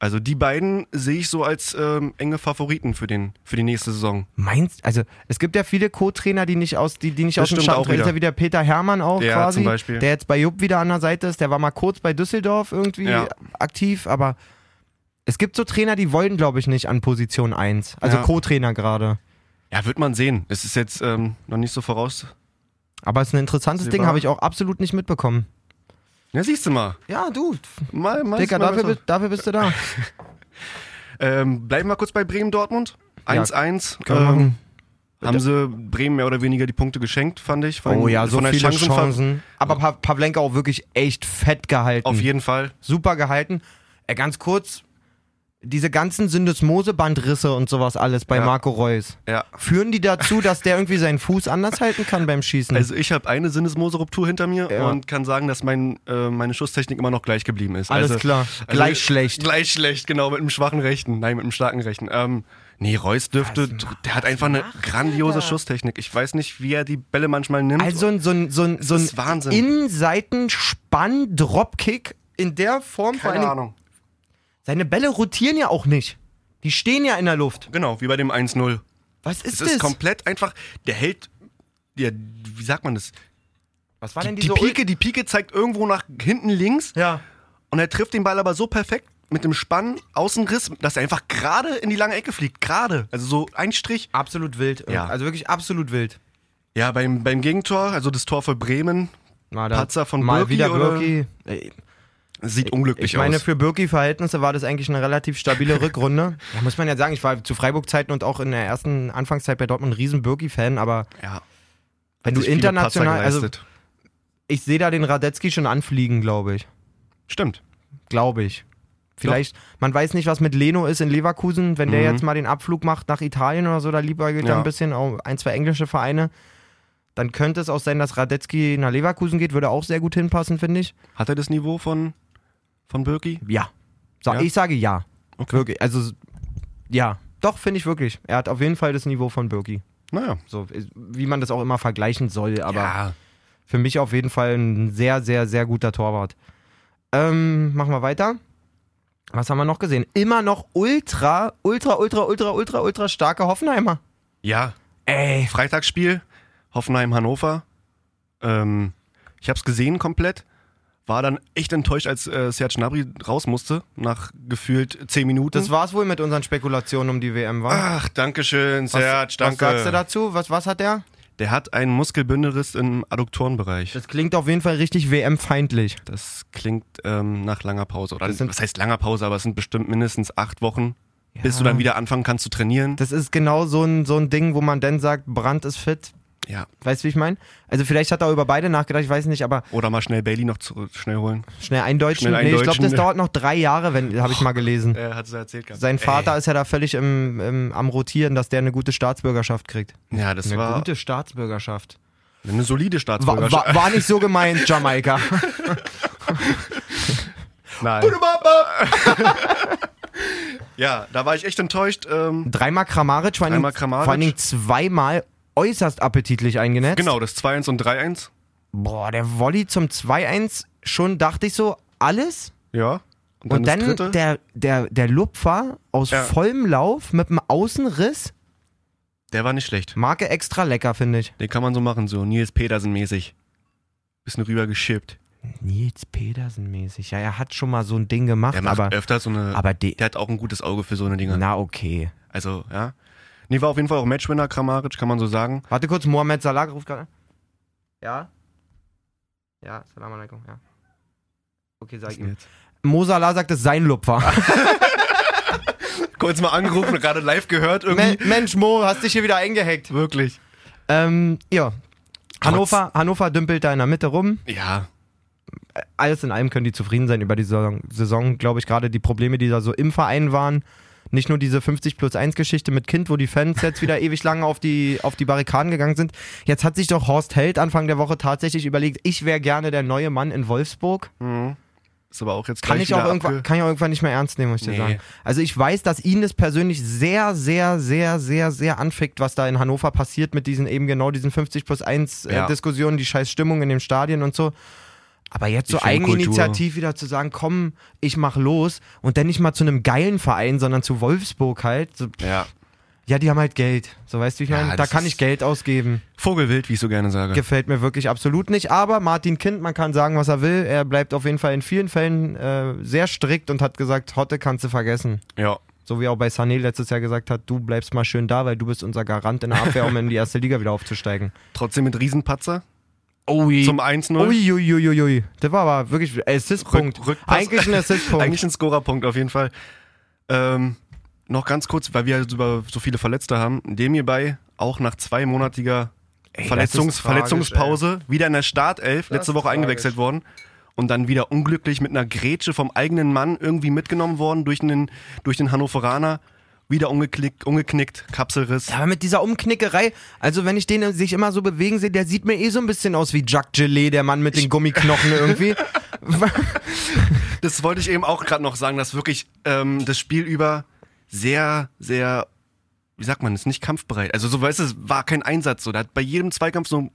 B: Also die beiden sehe ich so als ähm, enge Favoriten für, den, für die nächste Saison.
A: Meinst also es gibt ja viele Co-Trainer, die nicht aus, die, die nicht
B: Das
A: aus dem
B: stimmt
A: Schatten
B: auch
A: treten. Ist
B: wieder.
A: ja wie der Peter Hermann auch
B: Ja,
A: quasi,
B: zum Beispiel.
A: der jetzt bei Jupp wieder an der Seite ist, der war mal kurz bei Düsseldorf irgendwie
B: Ja.
A: aktiv, aber es gibt so Trainer, die wollen, glaube ich, nicht an Position 1. Also
B: Ja.
A: Co-Trainer gerade.
B: Ja, wird man sehen. Es ist jetzt ähm, noch nicht so voraus.
A: Aber es ist ein interessantes
B: Sie
A: Ding,
B: war-
A: habe ich auch absolut nicht mitbekommen.
B: Ja, siehst du mal.
A: Ja, du,
B: Mal, mal,
A: Dicker,
B: mal
A: dafür,
B: besser.
A: bist- dafür bist du da.
B: ähm, Bleiben wir kurz bei Bremen-Dortmund. 1-1.
A: Können wir
B: ähm,
A: machen.
B: haben sie Bremen mehr oder weniger die Punkte geschenkt, fand ich. Von,
A: Oh ja, so
B: von der
A: viele
B: Chancenver-
A: Chancen. Aber pa Pavlenka auch wirklich echt fett gehalten.
B: Auf jeden Fall.
A: Super gehalten. Äh, ganz kurz, diese ganzen Syndesmosebandrisse und sowas alles bei
B: Ja.
A: Marco Reus.
B: Ja.
A: Führen die
B: [laughs]
A: dazu, dass der irgendwie seinen Fuß anders halten kann beim Schießen?
B: Also ich habe eine Sinnesmoseruptur hinter mir
A: Ja.
B: und kann sagen, dass mein, äh, meine Schusstechnik immer noch gleich geblieben ist.
A: Alles
B: also,
A: klar. Gleich schlecht.
B: Gleich schlecht, genau, mit einem schwachen Rechten. Nein, mit einem starken Rechten. Ähm, nee, Reus dürfte, der hat einfach eine grandiose Schusstechnik. Ich weiß nicht, wie er die Bälle manchmal nimmt.
A: Also ein- so ein, so ein, so ein
B: Das ist Wahnsinn.
A: Innenseitenspann-Dropkick in der Form vor allen
B: keine
A: Dingen-
B: Ahnung.
A: Seine Bälle rotieren ja auch nicht. Die stehen ja in der Luft.
B: Genau, wie bei dem 1-0.
A: Was ist
B: Es
A: das?
B: ist komplett einfach, der hält, ja, wie sagt man das?
A: Was war
B: Die,
A: denn
B: die,
A: diese
B: Pike, die Pike zeigt irgendwo nach hinten links
A: Ja.
B: Und er trifft den Ball aber so perfekt mit dem Spann, Außenriss, dass er einfach gerade in die lange Ecke fliegt. Gerade. Also so ein Strich.
A: Absolut wild.
B: Ja.
A: Also wirklich absolut wild.
B: Ja, beim, beim Gegentor, also das Tor für Bremen,
A: Mal da-
B: Patzer von
A: Mal
B: Birki
A: wieder
B: oder-
A: Birki. Ey,
B: sieht unglücklich
A: Ich meine,
B: aus.
A: für Birki-Verhältnisse war das eigentlich eine relativ stabile Rückrunde. ja, muss man ja sagen, ich war zu Freiburg-Zeiten und auch in der ersten Anfangszeit bei Dortmund ein riesen Birki-Fan, aber
B: ja,
A: wenn du
B: sich viele
A: international,
B: Patzer
A: also
B: geleistet.
A: ich sehe da den Radetzky schon anfliegen, glaube ich.
B: Stimmt.
A: Glaube ich. Vielleicht, man weiß nicht, was mit Leno ist in Leverkusen, wenn der jetzt mal den Abflug macht nach Italien oder so, da lieber geht er
B: Mhm. Ja.
A: ein bisschen auf ein, zwei englische Vereine. Dann könnte es auch sein, dass Radetzky nach Leverkusen geht, würde auch sehr gut hinpassen, finde ich.
B: Hat er das Niveau von, von Birki?
A: Ja. Sa
B: Ja?
A: Ich sage ja.
B: Okay.
A: Wirklich. Also, s- ja. Doch, finde ich wirklich. Er hat auf jeden Fall das Niveau von Birki.
B: Naja.
A: So, i- wie man das auch immer vergleichen soll. Aber
B: ja.
A: für mich auf jeden Fall ein sehr, sehr, sehr guter Torwart. Ähm, machen wir weiter. Was haben wir noch gesehen? Immer noch ultra, ultra, ultra, ultra, ultra, ultra starke Hoffenheimer.
B: ja.
A: Ey.
B: Freitagsspiel, Hoffenheim-Hannover. Ähm, ich habe es gesehen komplett. War dann echt enttäuscht, als äh, Serge Gnabry raus musste, nach gefühlt zehn Minuten.
A: Das war's wohl mit unseren Spekulationen um die WM, war?
B: Ach, danke schön,
A: was,
B: Serge,
A: was
B: Ah, danke.
A: sagst du dazu? Was, was hat der?
B: Der hat einen Muskelbündelriss im Adduktorenbereich.
A: Das klingt auf jeden Fall richtig WM-feindlich.
B: Das klingt ähm, nach langer Pause. Oder
A: Das sind-
B: was heißt langer Pause, aber es sind bestimmt mindestens acht Wochen, bis
A: Ja.
B: du dann wieder anfangen kannst zu trainieren.
A: Das ist genau so ein, so ein Ding, wo man dann sagt, Brandt ist fit.
B: Ja.
A: Weißt du, wie ich meine? Also vielleicht hat er über beide nachgedacht, ich weiß nicht, aber
B: Oder mal schnell Bailey noch zu, schnell holen.
A: schnell eindeutschen.
B: Schnell
A: Nee, ich glaube,
B: eindeutschen.
A: das dauert noch drei Jahre, wenn habe ich mal gelesen.
B: Er hat es erzählt gehabt.
A: Sein Vater ist ja da völlig im, im, am Rotieren, dass der eine gute Staatsbürgerschaft kriegt.
B: Ja, das
A: Eine
B: war
A: gute Staatsbürgerschaft.
B: eine solide
A: War,
B: Staatsbürgerschaft.
A: war, war nicht so gemeint, Jamaika.
B: [laughs] Nein. [laughs] ja, da war ich echt enttäuscht. Ähm,
A: Dreimal Kramaric, vor allen
B: Dreimal
A: Dingen-
B: Kramaric.
A: vor allen Dingen zweimal äußerst appetitlich eingenetzt.
B: genau, das 2-1 und 3-1.
A: Boah, der Volley zum 2-1, schon dachte ich so, alles?
B: Ja.
A: Und dann,
B: das dritte.
A: der, der, der Lupfer aus
B: Ja.
A: vollem Lauf mit einem Außenriss.
B: der war nicht schlecht.
A: Marke extra lecker, finde ich.
B: Den kann man so machen, so Nils Petersen-mäßig. Bisschen rüber geschippt.
A: Nils Pedersen mäßig. Ja, er hat schon mal so ein Ding gemacht,
B: Der macht
A: aber,
B: öfter so eine.
A: aber de
B: der hat auch ein gutes Auge für so eine Dinger.
A: na okay.
B: Also, ja. Nee, war auf jeden Fall auch Matchwinner, Kramaric, kann man so sagen.
A: Warte kurz, Mohamed Salah ruft gerade. Ja? Ja, Salam alaikum, ja. Okay, sag ihm. Mo Salah sagt, es ist sein
B: [laughs]
A: Lupfer.
B: Kurz mal angerufen, gerade live gehört
A: Men
B: irgendwie.
A: Mensch, Mo, hast dich hier wieder eingehackt.
B: Wirklich.
A: Ähm, ja. Hannover, Hannover dümpelt da in der Mitte rum.
B: Ja,
A: Alles in allem können die zufrieden sein über die Saison, Saison glaube ich, gerade die Probleme, die da so im Verein waren. Nicht nur diese 50 plus 1 Geschichte mit Kind, wo die Fans jetzt wieder ewig lange auf die, auf die Barrikaden gegangen sind. Jetzt hat sich doch Horst Held Anfang der Woche tatsächlich überlegt, ich wäre gerne der neue Mann in Wolfsburg.
B: ist aber auch jetzt
A: Kann
B: gleich
A: ich, auch
B: wieder
A: irgendwann,
B: abge-
A: kann ich auch irgendwann nicht mehr ernst nehmen, muss ich dir
B: Nee.
A: sagen. Also ich weiß, dass ihn das persönlich sehr, sehr, sehr, sehr, sehr anfickt, was da in Hannover passiert mit diesen eben genau diesen 50 plus 1 äh,
B: Ja.
A: Diskussionen, die scheiß Stimmung in den Stadien und so. Aber jetzt
B: Die
A: so
B: Fankultur.
A: Eigeninitiativ wieder zu sagen, komm, ich mach los und dann nicht mal zu einem geilen Verein, sondern zu Wolfsburg halt. So,
B: Ja.
A: ja, die haben halt Geld. So weißt du, wie ich
B: Ja,
A: meine? Da
B: das
A: kann
B: ist-
A: ich Geld ausgeben.
B: Vogelwild, wie ich so gerne sage.
A: Gefällt mir wirklich absolut nicht. Aber Martin Kind, man kann sagen, was er will. Er bleibt auf jeden Fall in vielen Fällen äh, sehr strikt und hat gesagt, Hotte kannst du vergessen.
B: ja.
A: So wie er auch bei Sané letztes Jahr gesagt hat, du bleibst mal schön da, weil du bist unser Garant in der Abwehr, um in die erste Liga wieder
B: [laughs]
A: aufzusteigen.
B: Trotzdem mit Riesenpatzer
A: Ui.
B: zum 1-0.
A: Uiuiuiui. Das war aber wirklich Assistpunkt.
B: Rück- Rückpass.
A: Eigentlich ein Assistpunkt.
B: Eigentlich ein Scorerpunkt auf jeden Fall. Ähm, noch ganz kurz, weil wir über so viele Verletzte haben. Dem hierbei auch nach zweimonatiger
A: Ey, das
B: Verletzungs
A: ist tragisch,
B: Verletzungspause wieder in der Startelf, letzte
A: ist
B: Woche eingewechselt worden. Und dann wieder unglücklich mit einer Grätsche vom eigenen Mann irgendwie mitgenommen worden durch den, durch den Hannoveraner. Wieder umgeknickt, umgeknickt Kapselriss.
A: Aber mit dieser Umknickerei, also wenn ich den sich immer so bewegen sehe, der sieht mir eh so ein bisschen aus wie Jacques Gelee, der Mann mit den Gummiknochen
B: [laughs]
A: irgendwie.
B: Das wollte ich eben auch gerade noch sagen, dass wirklich ähm, das Spiel über sehr, sehr, wie sagt man das, nicht kampfbereit. Also so weißt du, es war kein Einsatz so. Da hat bei jedem Zweikampf so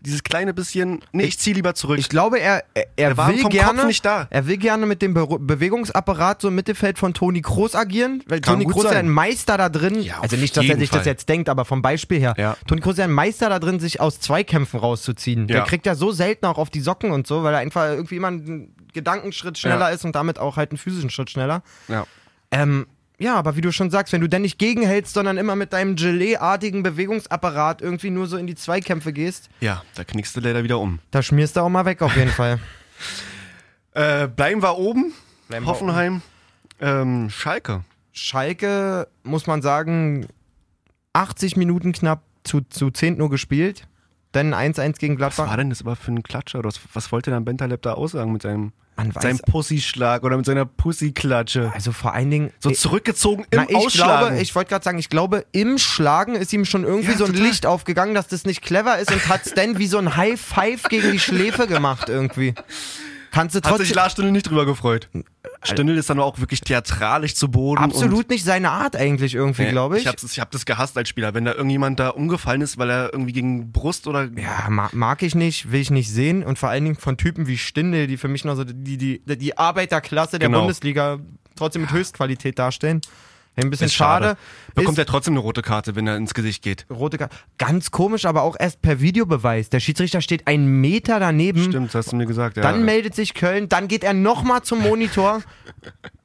B: dieses kleine bisschen, nee, ich zieh lieber zurück.
A: Ich glaube, er, er, er
B: Der war
A: will
B: vom
A: gerne,
B: Kopf nicht da.
A: er will gerne mit dem Be Bewegungsapparat so im Mittelfeld von Toni Kroos agieren, weil
B: Kann
A: Toni
B: gut
A: Kroos ist ja
B: sein.
A: ein Meister da drin,
B: Ja, auf
A: also nicht, dass er
B: jeden
A: sich das
B: Fall.
A: jetzt denkt, aber vom Beispiel her,
B: Ja.
A: Toni Kroos ist ja ein Meister da drin, sich aus Zweikämpfen rauszuziehen. Der
B: Ja.
A: kriegt ja so selten auch auf die Socken und so, weil er einfach irgendwie immer einen Gedankenschritt schneller
B: Ja.
A: ist und damit auch halt einen physischen Schritt schneller.
B: ja.
A: Ähm, ja, aber wie du schon sagst, wenn du denn nicht gegenhältst, sondern immer mit deinem Gelee-artigen Bewegungsapparat irgendwie nur so in die Zweikämpfe gehst,
B: ja, da knickst du leider wieder um.
A: da schmierst du auch mal weg auf jeden [laughs] Fall.
B: Äh, bleiben wir oben.
A: Bleiben wir
B: Hoffenheim, Ähm, Schalke.
A: Schalke, muss man sagen, 80 Minuten knapp zu, zu 10 nur gespielt. Dann 1-1 gegen
B: Was war
A: Gladbach.
B: denn das überhaupt für ein Klatscher? Was, was wollte dann Bentaleb da aussagen mit seinem,
A: Man weiß-
B: seinem Pussyschlag oder mit seiner Pussyklatsche?
A: Also vor allen Dingen.
B: So
A: eh,
B: zurückgezogen im
A: na, ich
B: Ausschlagen.
A: glaube, ich wollte gerade sagen, ich glaube, im Schlagen ist ihm schon irgendwie
B: Ja,
A: so ein
B: total.
A: Licht aufgegangen, dass das nicht clever ist und hat's dann wie so ein High Five gegen die Schläfe gemacht irgendwie. Kannst du
B: Hat sich
A: trotzdem äh,
B: Lars Stindl nicht drüber gefreut. Stindl ist dann auch wirklich theatralisch zu Boden. und-
A: absolut nicht seine Art eigentlich irgendwie,
B: Nee,
A: glaube ich.
B: Ich hab, das, ich hab das gehasst als Spieler, wenn da irgendjemand da umgefallen ist, weil er irgendwie gegen Brust oder.
A: Ja, Ah, ma mag ich nicht, will ich nicht sehen. Und vor allen Dingen von Typen wie Stindel, die für mich noch so die, die, die Arbeiterklasse der
B: Genau.
A: Bundesliga trotzdem mit Höchstqualität darstellen. Ein bisschen
B: Ist
A: schade.
B: Bekommt
A: ist
B: er trotzdem eine rote Karte, wenn er ins Gesicht geht.
A: rote Karte. Ganz komisch, aber auch erst per Videobeweis. Der Schiedsrichter steht einen Meter daneben.
B: Stimmt, das hast du mir gesagt. Ja.
A: Mhm. Dann meldet sich Köln, dann geht er nochmal zum
B: [laughs]
A: Monitor.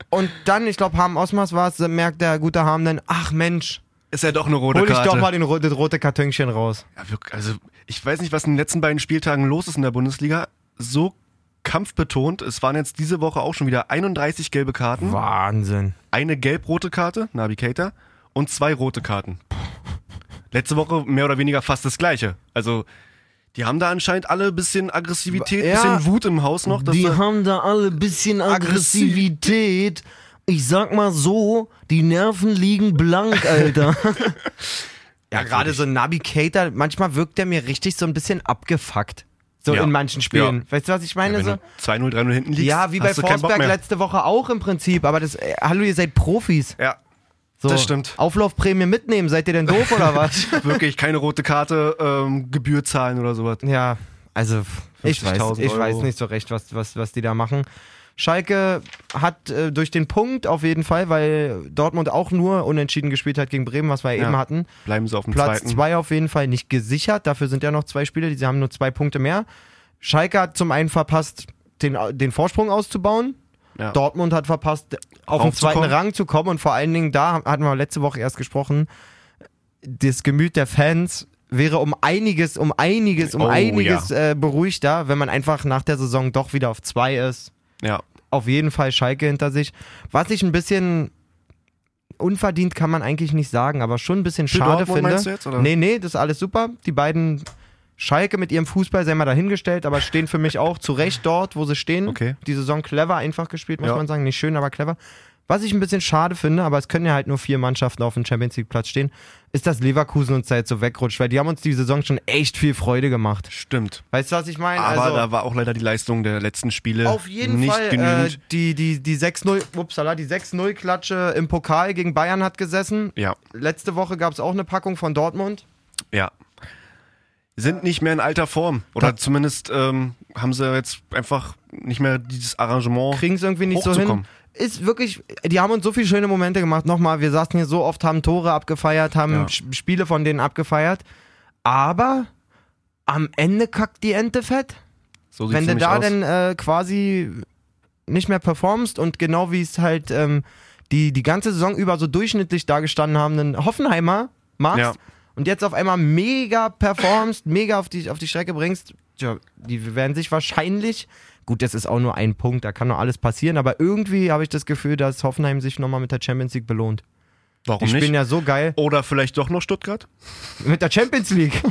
A: und dann, ich glaube, Harm Osmas war es, merkt der gute Harm dann, ach Mensch,
B: ist ja doch eine rote
A: hol ich
B: Karte.
A: doch mal den, ro- das rote Kartönchen raus.
B: ja, wirk- also, ich weiß nicht, was in den letzten beiden Spieltagen los ist in der Bundesliga. So kampfbetont. Es waren jetzt diese Woche auch schon wieder 31 gelbe Karten.
A: Wahnsinn.
B: eine gelb-rote Karte, Nabi Keita, und zwei rote Karten. Letzte Woche mehr oder weniger fast das gleiche. Also, die haben da anscheinend alle ein bisschen Aggressivität, ein
A: Ja,
B: bisschen Wut im Haus noch. Dass
F: Die
B: sie-
F: haben da alle ein bisschen Aggressivität. Ich sag mal so, die Nerven liegen blank,
A: [laughs]
F: Alter.
A: Ja, gerade so ein Nabi Cater, manchmal wirkt der mir richtig so ein bisschen abgefuckt. So
B: Ja.
A: in manchen Spielen.
B: Ja.
A: Weißt du, was ich meine?
B: Wenn
A: so?
B: du 2-0, 3-0 hinten liegst,
A: also- Ja, wie bei
B: hast du keinen Bock
A: Forsberg
B: mehr.
A: letzte Woche auch im Prinzip. Aber das, äh, hallo, ihr seid Profis.
B: Ja,
A: So,
B: Das stimmt.
A: Auflaufprämie mitnehmen, seid ihr denn doof oder
F: [laughs]
A: was?
B: wirklich keine rote Karte, ähm, Gebühr zahlen oder sowas.
A: ja, also ich, weiß,
B: 50.000
A: ich
B: Euro.
A: weiß nicht so recht, was, was, was die da machen. Schalke hat äh, durch den Punkt auf jeden Fall, weil Dortmund auch nur unentschieden gespielt hat gegen Bremen, was wir ja.
B: Ja.
A: eben hatten,
B: Bleiben sie auf dem
A: Platz
B: zweiten.
A: zwei auf jeden Fall nicht gesichert. Dafür sind ja noch zwei Spiele, die sie haben nur zwei Punkte mehr. Schalke hat zum einen verpasst, den, den Vorsprung auszubauen.
B: Ja.
A: Dortmund hat verpasst, auf den zweiten
B: Raufzukommen.
A: Rang zu kommen und vor allen Dingen da hatten wir letzte Woche erst gesprochen, das Gemüt der Fans wäre um einiges, um einiges, um
B: Oh,
A: einiges äh, beruhigter, wenn man einfach nach der Saison doch wieder auf zwei ist.
B: Ja.
A: Auf jeden Fall Schalke hinter sich. Was ich ein bisschen unverdient kann man eigentlich nicht sagen, aber schon ein bisschen
B: Für
A: schade
B: Dortmund
A: finde.
B: meinst du jetzt, oder?
A: Nee, nee, das ist alles super. Die beiden Schalke mit ihrem Fußball sei mal dahingestellt, aber stehen für mich auch zu Recht dort, wo sie stehen.
B: Okay.
A: Die Saison clever einfach gespielt, muss
B: Ja.
A: man sagen. Nicht schön, aber clever. Was ich ein bisschen schade finde, aber es können ja halt nur vier Mannschaften auf dem Champions League Platz stehen, ist, dass Leverkusen uns da jetzt so wegrutscht, weil die haben uns die Saison schon echt viel Freude gemacht.
B: Stimmt.
A: Weißt du, was ich meine?
B: Aber
A: also,
B: da war auch leider die Leistung der letzten Spiele
A: auf jeden
B: nicht
A: Fall äh,
B: genügend.
A: die, die, die 6-0, upsala, die 6-0-Klatsche im Pokal gegen Bayern hat gesessen.
B: ja,
A: Letzte Woche gab es auch eine Packung von Dortmund.
B: ja. Sind nicht mehr in alter Form. Oder zumindest ähm, haben sie jetzt einfach nicht mehr dieses Arrangement.
A: kriegen es irgendwie nicht so hin.
B: hochzukommen.
A: Ist wirklich, die haben uns so viele schöne Momente gemacht. Nochmal, wir saßen hier so oft, haben Tore abgefeiert, haben
B: Ja.
A: Sch- Spiele von denen abgefeiert. Aber am Ende kackt die Ente fett.
B: So sieht's
A: Wenn du
B: nämlich
A: da
B: aus.
A: dann äh, quasi nicht mehr performst und genau wie es halt ähm, die, die ganze Saison über so durchschnittlich dagestanden haben, einen Hoffenheimer machst
B: Ja.
A: und jetzt auf einmal mega performst, mega auf die, auf die Strecke bringst, tja, die werden sich wahrscheinlich, gut, das ist auch nur ein Punkt, da kann nur alles passieren, aber irgendwie habe ich das Gefühl, dass Hoffenheim sich nochmal mit der Champions League belohnt.
B: Warum
A: die
B: nicht?
A: spielen ja so geil
B: Oder vielleicht doch noch Stuttgart?
A: mit der Champions
B: [laughs]
A: League.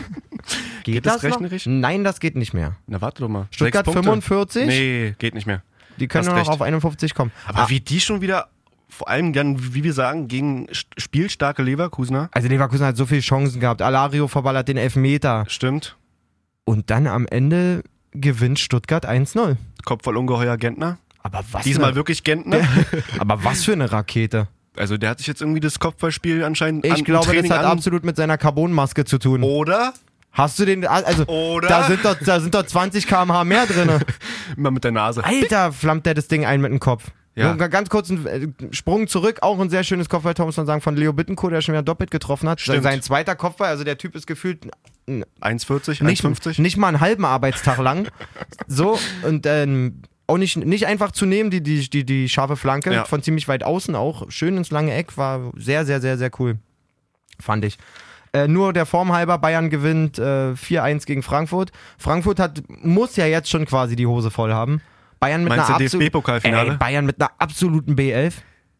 A: geht,
B: das
A: noch?
B: rechnerisch?
A: Nein, das geht nicht mehr.
B: Na, warte doch mal.
A: Stuttgart
B: Sechs Punkte?
A: 45?
B: Nee, geht nicht mehr. Ah.
A: Die können
B: Hast
A: nur noch
B: recht.
A: auf 51 kommen. Ah,
B: Aber wie die schon wieder, vor allem dann, wie wir sagen, gegen st- spielstarke Leverkusener.
A: Also Leverkusen hat so viele Chancen gehabt. Alario verballert den Elfmeter.
B: Stimmt.
A: Und dann am Ende gewinnt Stuttgart 1-0.
B: Kopf voll ungeheuer Gentner.
A: Aber was,
B: Diesmal
A: eine,
B: wirklich Gentner.
A: aber was für eine Rakete.
B: [laughs] Also der hat sich jetzt irgendwie das Kopfballspiel anscheinend
A: Ich
B: an, im
A: glaube, das
B: Training
A: hat
B: an.
A: absolut mit seiner Carbonmaske zu tun.
B: Oder?
A: Hast du den... Also,
B: Oder?
A: Da, sind doch, da sind doch 20 km/h mehr
B: [laughs]
A: drin.
B: Immer mit der Nase.
A: Alter, flammt der das Ding ein mit dem Kopf.
B: Ja.
A: Nur Ganz kurz einen äh, Sprung zurück, auch ein sehr schönes Kopfball, Thomas man sagen, von Leo Bittencourt, der schon wieder doppelt getroffen hat.
B: Stimmt.
A: Sein zweiter Kopfball, also der Typ ist gefühlt
B: 1,40,
A: nicht,
B: 1,50.
A: nicht mal einen halben Arbeitstag lang. So, und ähm, auch nicht, nicht einfach zu nehmen, die, die, die, die scharfe Flanke
B: Ja.
A: von ziemlich weit außen auch. Schön ins lange Eck, war sehr, sehr, sehr, sehr cool. Fand ich. Äh, nur der Form halber, Bayern gewinnt äh, 4-1 gegen Frankfurt. Frankfurt hat, muss ja jetzt schon quasi die Hose voll haben. Bayern mit
B: Meinst
A: einer
B: du
A: absolu-
B: DFB-Pokalfinale?
A: Ey, Bayern mit einer absoluten B11.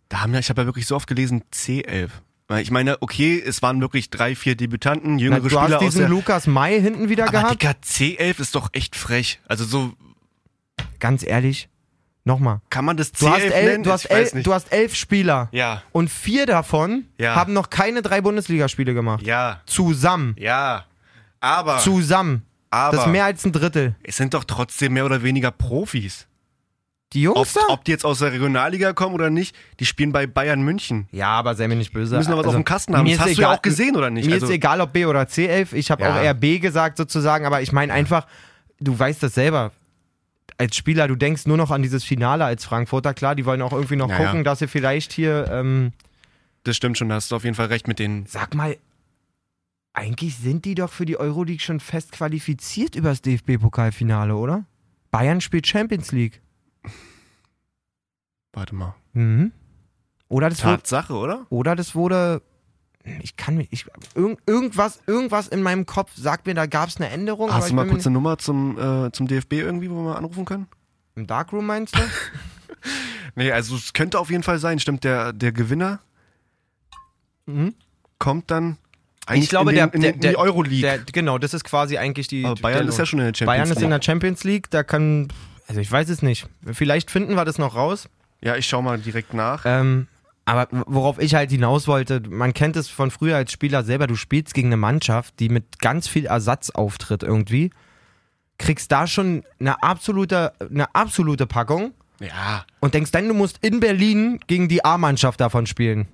B: Da haben ja, ich habe ja wirklich so oft gelesen, C11. Weil Ich meine, okay, es waren wirklich drei, vier Debütanten,
A: Na,
B: jüngere
A: du
B: Spieler
A: hast
B: aus der...
A: diesen Lukas May hinten wieder
B: aber
A: gehabt.
B: Digga, C11 ist doch echt frech. Also so,
A: Ganz ehrlich, nochmal.
B: kann man das
A: Du
B: C11
A: hast, elf,
B: nennen?
A: du, hast
B: ich weiß
A: elf,
B: nicht.
A: du hast elf Spieler.
B: ja,
A: Und vier davon
B: Ja.
A: haben noch keine drei Bundesligaspiele gemacht.
B: ja,
A: Zusammen.
B: ja. Aber,
A: Zusammen.
B: aber,
A: Das ist mehr als ein Drittel.
B: es sind doch trotzdem mehr oder weniger Profis.
A: Die Jungs
B: Ob,
A: da?
B: ob die jetzt aus der Regionalliga kommen oder nicht, die spielen bei Bayern München.
A: Ja, aber sei mir nicht böse.
B: Die müssen doch was auf dem Kasten haben.
A: also mir
B: Das
A: ist
B: hast du ja
A: egal-
B: auch gesehen, oder nicht?
A: Mir
B: Also-
A: ist egal, ob B oder C11. Ich habe
B: Ja.
A: auch eher B gesagt sozusagen, aber ich meine einfach, du weißt das selber. Als Spieler, du denkst nur noch an dieses Finale als Frankfurter. Klar, die wollen auch irgendwie noch
B: Ja,
A: gucken,
B: ja.
A: dass sie vielleicht hier, ähm,
B: Das stimmt schon, da hast du auf jeden Fall recht mit denen.
A: sag mal, eigentlich sind die doch für die Euroleague schon fest qualifiziert übers DFB-Pokalfinale, oder? Bayern spielt Champions League.
B: Warte mal.
A: Mhm. Oder das wurde,
B: Tatsache, oder?
A: oder das wurde ich kann mir ich irgend, irgendwas irgendwas in meinem Kopf sagt mir da gab es eine Änderung, aber
B: Hast
A: ich
B: du mal
A: bin mir
B: kurz eine Nummer zum, äh, zum DFB irgendwie, wo wir mal anrufen können?
A: nicht, im Darkroom meinst du?
B: Nee, also es könnte auf jeden Fall sein, stimmt, der, der Gewinner kommt dann eigentlich
A: Mhm. ich glaube
B: in, den,
A: der,
B: in,
A: der,
B: den- in die Euroleague.
A: der- genau, das ist quasi eigentlich die
B: Aber Bayern
A: der-
B: ist ja schon in der Champions
A: Bayern
B: League.
A: ist in der Champions League, da kann also ich weiß es nicht. Vielleicht finden wir das noch raus.
B: ja, ich schau mal direkt nach.
A: Ähm, aber worauf ich halt hinaus wollte, man kennt es von früher als Spieler selber, du spielst gegen eine Mannschaft, die mit ganz viel Ersatz auftritt irgendwie. kriegst da schon eine absolute, eine absolute Packung
B: Ja,
A: und denkst dann, du musst in Berlin gegen die A-Mannschaft davon spielen.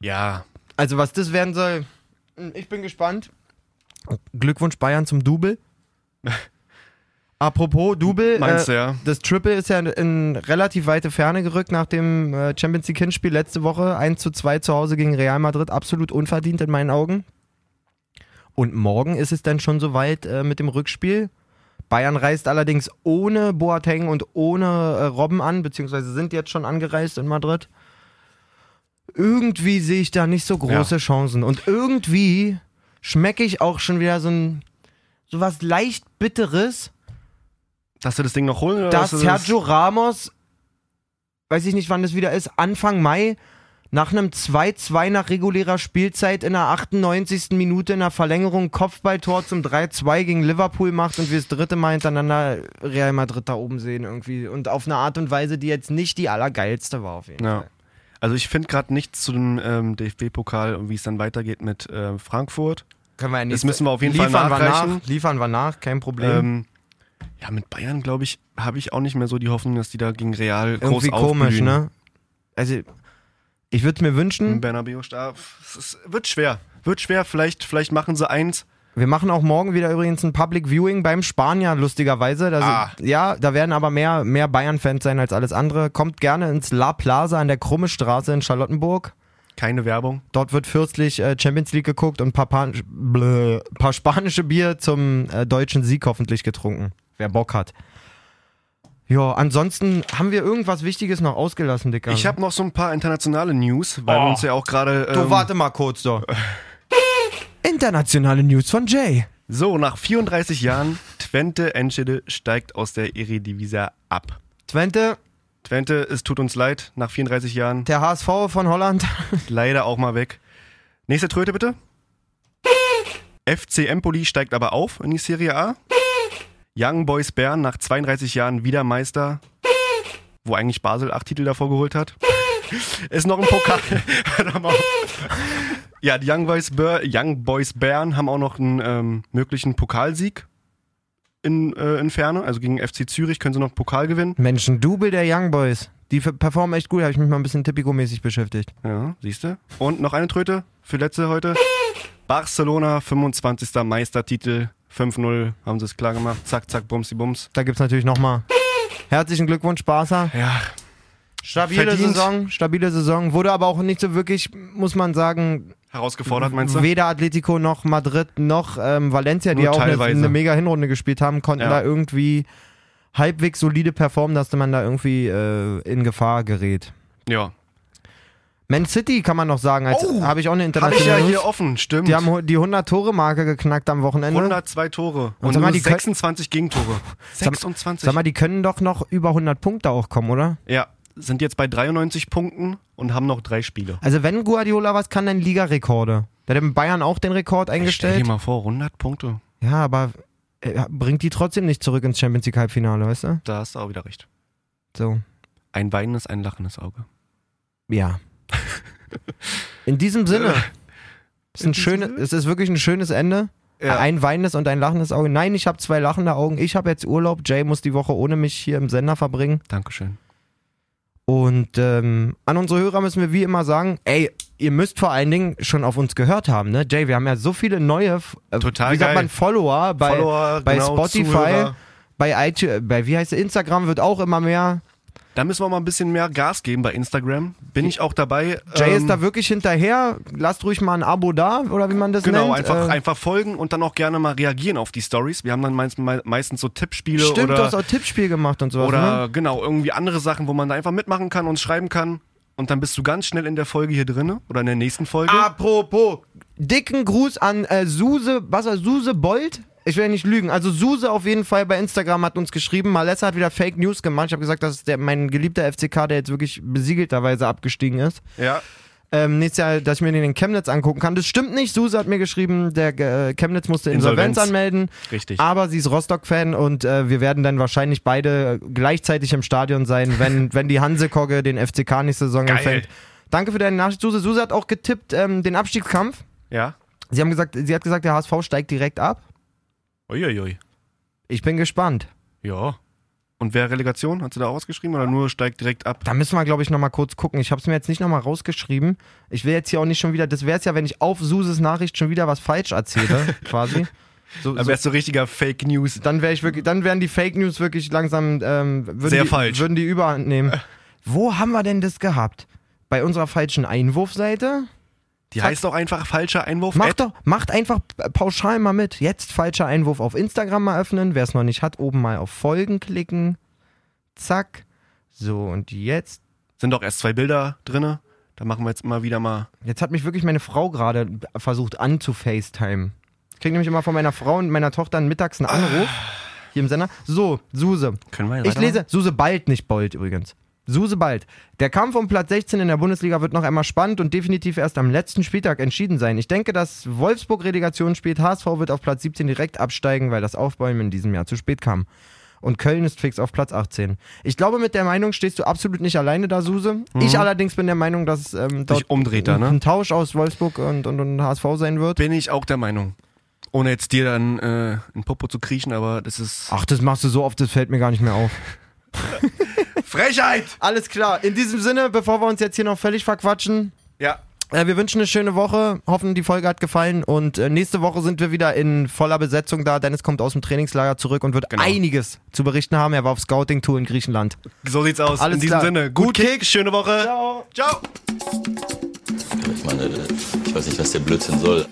B: ja.
A: Also was das werden soll, hm, ich bin gespannt. Glückwunsch Bayern zum
B: [laughs]
A: Double. Apropos Double,
B: Meinst
A: äh,
B: du, ja?
A: das Triple ist ja in relativ weite Ferne gerückt nach dem äh, Champions League Hinspiel letzte Woche. 1 zu 2 zu Hause gegen Real Madrid, absolut unverdient in meinen Augen. Und morgen ist es dann schon soweit äh, mit dem Rückspiel. Bayern reist allerdings ohne Boateng und ohne äh, Robben an, beziehungsweise sind jetzt schon angereist in Madrid irgendwie sehe ich da nicht so große Chancen. Und irgendwie schmecke ich auch schon wieder so ein so was leicht Bitteres,
B: Dass du das Ding noch holen oder
A: dass
B: dass du das-
A: Sergio Ramos, weiß ich nicht, wann das wieder ist, Anfang Mai nach einem 2-2 nach regulärer Spielzeit in der 98. Minute in der Verlängerung Kopfballtor zum 3-2 gegen Liverpool macht und wir das dritte Mal hintereinander Real Madrid da oben sehen irgendwie. Und auf eine Art und Weise, die jetzt nicht die allergeilste war auf jeden
B: Ja.
A: Fall.
B: Also ich finde gerade nichts zu dem ähm, DFB-Pokal und wie es dann weitergeht mit ähm, Frankfurt.
A: Können wir ja
B: Das
A: nächste-
B: müssen wir auf jeden Fall
A: liefern wir
B: nachreichen.
A: nach, liefern wir nach, kein Problem.
B: Ähm, ja, mit Bayern, glaube ich, habe ich auch nicht mehr so die Hoffnung, dass die da gegen Real groß
A: Irgendwie komisch,
B: aufblühen.
A: ne? Also, ich würde mir
B: Im
A: wünschen,
B: Bernabeu da, es ist, wird schwer. Wird schwer, vielleicht, vielleicht machen sie eins.
A: wir machen auch morgen wieder übrigens ein Public Viewing beim Spanier, lustigerweise. Da sind-
B: Ah.
A: Ja, da werden aber mehr, mehr Bayern-Fans sein als alles andere. Kommt gerne ins La Plaza an der Krumme Straße in Charlottenburg.
B: Keine Werbung.
A: Dort wird fürstlich äh, Champions League geguckt und ein paar, Pan blö, paar spanische Bier zum äh, deutschen Sieg hoffentlich getrunken. Wer Bock hat. Ja, ansonsten haben wir irgendwas Wichtiges noch ausgelassen, Dicker.
B: Ich habe noch so ein paar internationale News, weil wir uns ja auch gerade.
A: Du
B: Ähm,
A: warte mal kurz
B: [laughs]
A: so. Internationale News von Jay.
B: so, nach 34 Jahren, Twente Enschede steigt aus der Eredivisie ab.
A: Twente,
B: Twente, es tut uns leid, nach 34 Jahren
A: der HSV von Holland.
B: leider auch mal weg. Nächste Tröte bitte. FC Empoli steigt aber auf in die Serie A. Young Boys Bern nach 32 Jahren wieder Meister, wo eigentlich Basel acht Titel davor geholt hat. Ist noch ein Pokal. [laughs] Hör doch mal auf. ja, die Young Boys, Ber Young Boys Bern haben auch noch einen ähm, möglichen Pokalsieg in, äh, in Ferne. Also gegen FC Zürich können sie noch einen Pokal gewinnen.
A: Menschen, Double der Young Boys. Die f- performen echt gut, habe ich mich mal ein bisschen Tipico-mäßig beschäftigt.
B: Ja, siehst du. Und noch eine Tröte für letzte heute. Barcelona, 25. Meistertitel. 5-0 haben sie es klar gemacht. Zack, zack, bumsi, bums.
A: Da gibt's natürlich nochmal. Herzlichen Glückwunsch, Barca.
B: Ja,
A: Stabile
B: Verdient.
A: Saison, stabile Saison. Wurde aber auch nicht so wirklich, muss man sagen,
B: herausgefordert, meinst du?
A: weder Atletico noch Madrid noch ähm, Valencia, die
B: Nur
A: ja auch eine,
B: teilweise.
A: eine mega Hinrunde gespielt haben, konnten
B: Ja.
A: da irgendwie halbwegs solide performen, dass man da irgendwie äh, in Gefahr gerät.
B: Ja.
A: Man City kann man noch sagen, als
B: Oh,
A: habe ich auch eine
B: Hab ich ja
A: internationale
B: hier
A: News.
B: offen, stimmt.
A: Die haben hu- die 100-Tore-Marke geknackt am Wochenende.
B: 102 Tore
A: Und
B: ne? und,
A: sag mal,
B: nur
A: die können-
B: 26 Gegentore.
A: Sag mal-
B: 26.
A: Sag mal, die können doch noch über 100 Punkte auch kommen, oder?
B: ja, sind jetzt bei 93 Punkten und haben noch drei Spiele.
A: Also wenn Guardiola was kann, dann Ligarekorde. Der hat in Bayern auch den Rekord
B: Stell
A: eingestellt.
B: dir mal vor, 100 Punkte.
A: Ja, aber äh, bringt die trotzdem nicht zurück ins Champions League Halbfinale, weißt du?
B: Da hast du auch wieder recht.
A: So,
B: Ein weinendes, ein lachendes Auge. [laughs]
A: ja. In diesem Sinne. Ist ein schönes, es ist wirklich ein schönes Ende.
B: Ja.
A: Ein weinendes und ein lachendes Auge. Nein, ich habe zwei lachende Augen. Ich habe jetzt Urlaub. Jay muss die Woche ohne mich hier im Sender verbringen.
B: Dankeschön.
A: Und ähm, an unsere Hörer müssen wir wie immer sagen, ey, ihr müsst vor allen Dingen schon auf uns gehört haben, ne? Jay, wir haben ja so viele neue, f- äh,
B: Total
A: wie sagt
B: geil.
A: man, Follower bei,
B: Follower,
A: bei
B: genau,
A: Spotify,
B: Zuhörer.
A: bei iTunes, bei wie heißt es, Instagram wird auch immer mehr.
B: Da müssen wir mal ein bisschen mehr Gas geben bei Instagram. Bin ich auch dabei.
A: Jay
B: Ähm,
A: ist da wirklich hinterher. Lasst ruhig mal ein Abo da, oder wie man das
B: Genau,
A: nennt.
B: einfach,
A: äh,
B: einfach folgen und dann auch gerne mal reagieren auf die Stories. Wir haben dann meist, me- meistens so Tippspiele
A: Stimmt, du hast
B: oder,
A: auch Tippspiel gemacht und sowas, ne?
B: oder genau irgendwie andere Sachen, wo man da einfach mitmachen kann und schreiben kann. Und dann bist du ganz schnell in der Folge hier drinne oder in der nächsten Folge.
A: Apropos, dicken Gruß an äh, Suse, was war Suse Bold? Ich will ja nicht lügen. Also Suse auf jeden Fall bei Instagram hat uns geschrieben, Malessa hat wieder Fake News gemacht. Ich habe gesagt, dass der, mein geliebter FCK, der jetzt wirklich besiegelterweise abgestiegen ist,
B: Ja,
A: ähm, nächstes Jahr, dass ich mir den in Chemnitz angucken kann. Das stimmt nicht. Suse hat mir geschrieben, der äh, Chemnitz musste Insolvenz,
B: Insolvenz.
A: anmelden.
B: richtig.
A: Aber sie ist Rostock-Fan und äh, wir werden dann wahrscheinlich beide gleichzeitig im Stadion sein, wenn, wenn die Hansekogge den FCK nächste Saison empfängt. Danke für deine Nachricht, Suse. Suse hat auch getippt, ähm, den Abstiegskampf.
B: ja.
A: Sie haben gesagt, sie hat gesagt, der HSV steigt direkt ab.
B: Uiuiui.
A: Ich bin gespannt.
B: Ja. Und wer Relegation? Hat sie da auch was geschrieben oder nur steigt direkt ab?
A: Da müssen wir, glaube ich, nochmal kurz gucken. Ich habe es mir jetzt nicht nochmal rausgeschrieben. Ich will jetzt hier auch nicht schon wieder, das wäre es ja, wenn ich auf Suses Nachricht schon wieder was falsch
B: [laughs]
A: erzähle, quasi. So,
B: Dann
A: so,
B: wärst du richtiger Fake News.
A: dann wäre ich wirklich, dann wären die Fake News wirklich langsam ähm, würden
B: Sehr
A: die,
B: falsch.
A: Würden die Überhand
B: [laughs]
A: nehmen. Wo haben wir denn das gehabt? Bei unserer falschen Einwurfseite?
B: Die heißt auch einfach falscher Einwurf.
A: Macht doch, macht einfach pauschal mal mit. Jetzt falscher Einwurf auf Instagram mal öffnen. Wer es noch nicht hat, oben mal auf Folgen klicken. Zack. So, und jetzt.
B: Sind doch erst zwei Bilder drinne. Da machen wir jetzt immer wieder mal.
A: Jetzt hat mich wirklich meine Frau gerade versucht anzufacetimen. Ich kriege nämlich immer von meiner Frau und meiner Tochter mittags einen Anruf. Hier im Sender. So, Suse.
B: Können wir
A: Ich lese Suse Bald, nicht Bold übrigens. Suse Bald. Der Kampf um Platz 16 in der Bundesliga wird noch einmal spannend und definitiv erst am letzten Spieltag entschieden sein. Ich denke, dass Wolfsburg Relegation spielt. HSV wird auf Platz 17 direkt absteigen, weil das Aufbäumen in diesem Jahr zu spät kam. Und Köln ist fix auf Platz 18. Ich glaube, mit der Meinung stehst du absolut nicht alleine da, Suse. Ich allerdings bin der Meinung, dass ähm, dort
B: Mhm. Sich umdreht da,
A: ein,
B: ne?
A: ein Tausch aus Wolfsburg und, und, und HSV sein wird.
B: Bin ich auch der Meinung. Ohne jetzt dir dann äh, in Popo zu kriechen, aber das ist.
A: Ach, das machst du so oft, das fällt mir gar nicht mehr auf.
B: Frechheit!
A: Alles klar. In diesem Sinne, bevor wir uns jetzt hier noch völlig verquatschen,
B: Ja.
A: Äh, wir wünschen eine schöne Woche, hoffen, die Folge hat gefallen und äh, nächste Woche sind wir wieder in voller Besetzung da. Dennis kommt aus dem Trainingslager zurück und wird
B: Genau.
A: einiges zu berichten haben. Er war auf Scouting-Tour in Griechenland.
B: So sieht's aus.
A: Alles
B: in diesem
A: klar.
B: Sinne.
A: Gut
B: Gut Kick, schöne Woche. Ciao. Ciao.
G: Ich meine, ich weiß nicht, was der Blödsinn soll.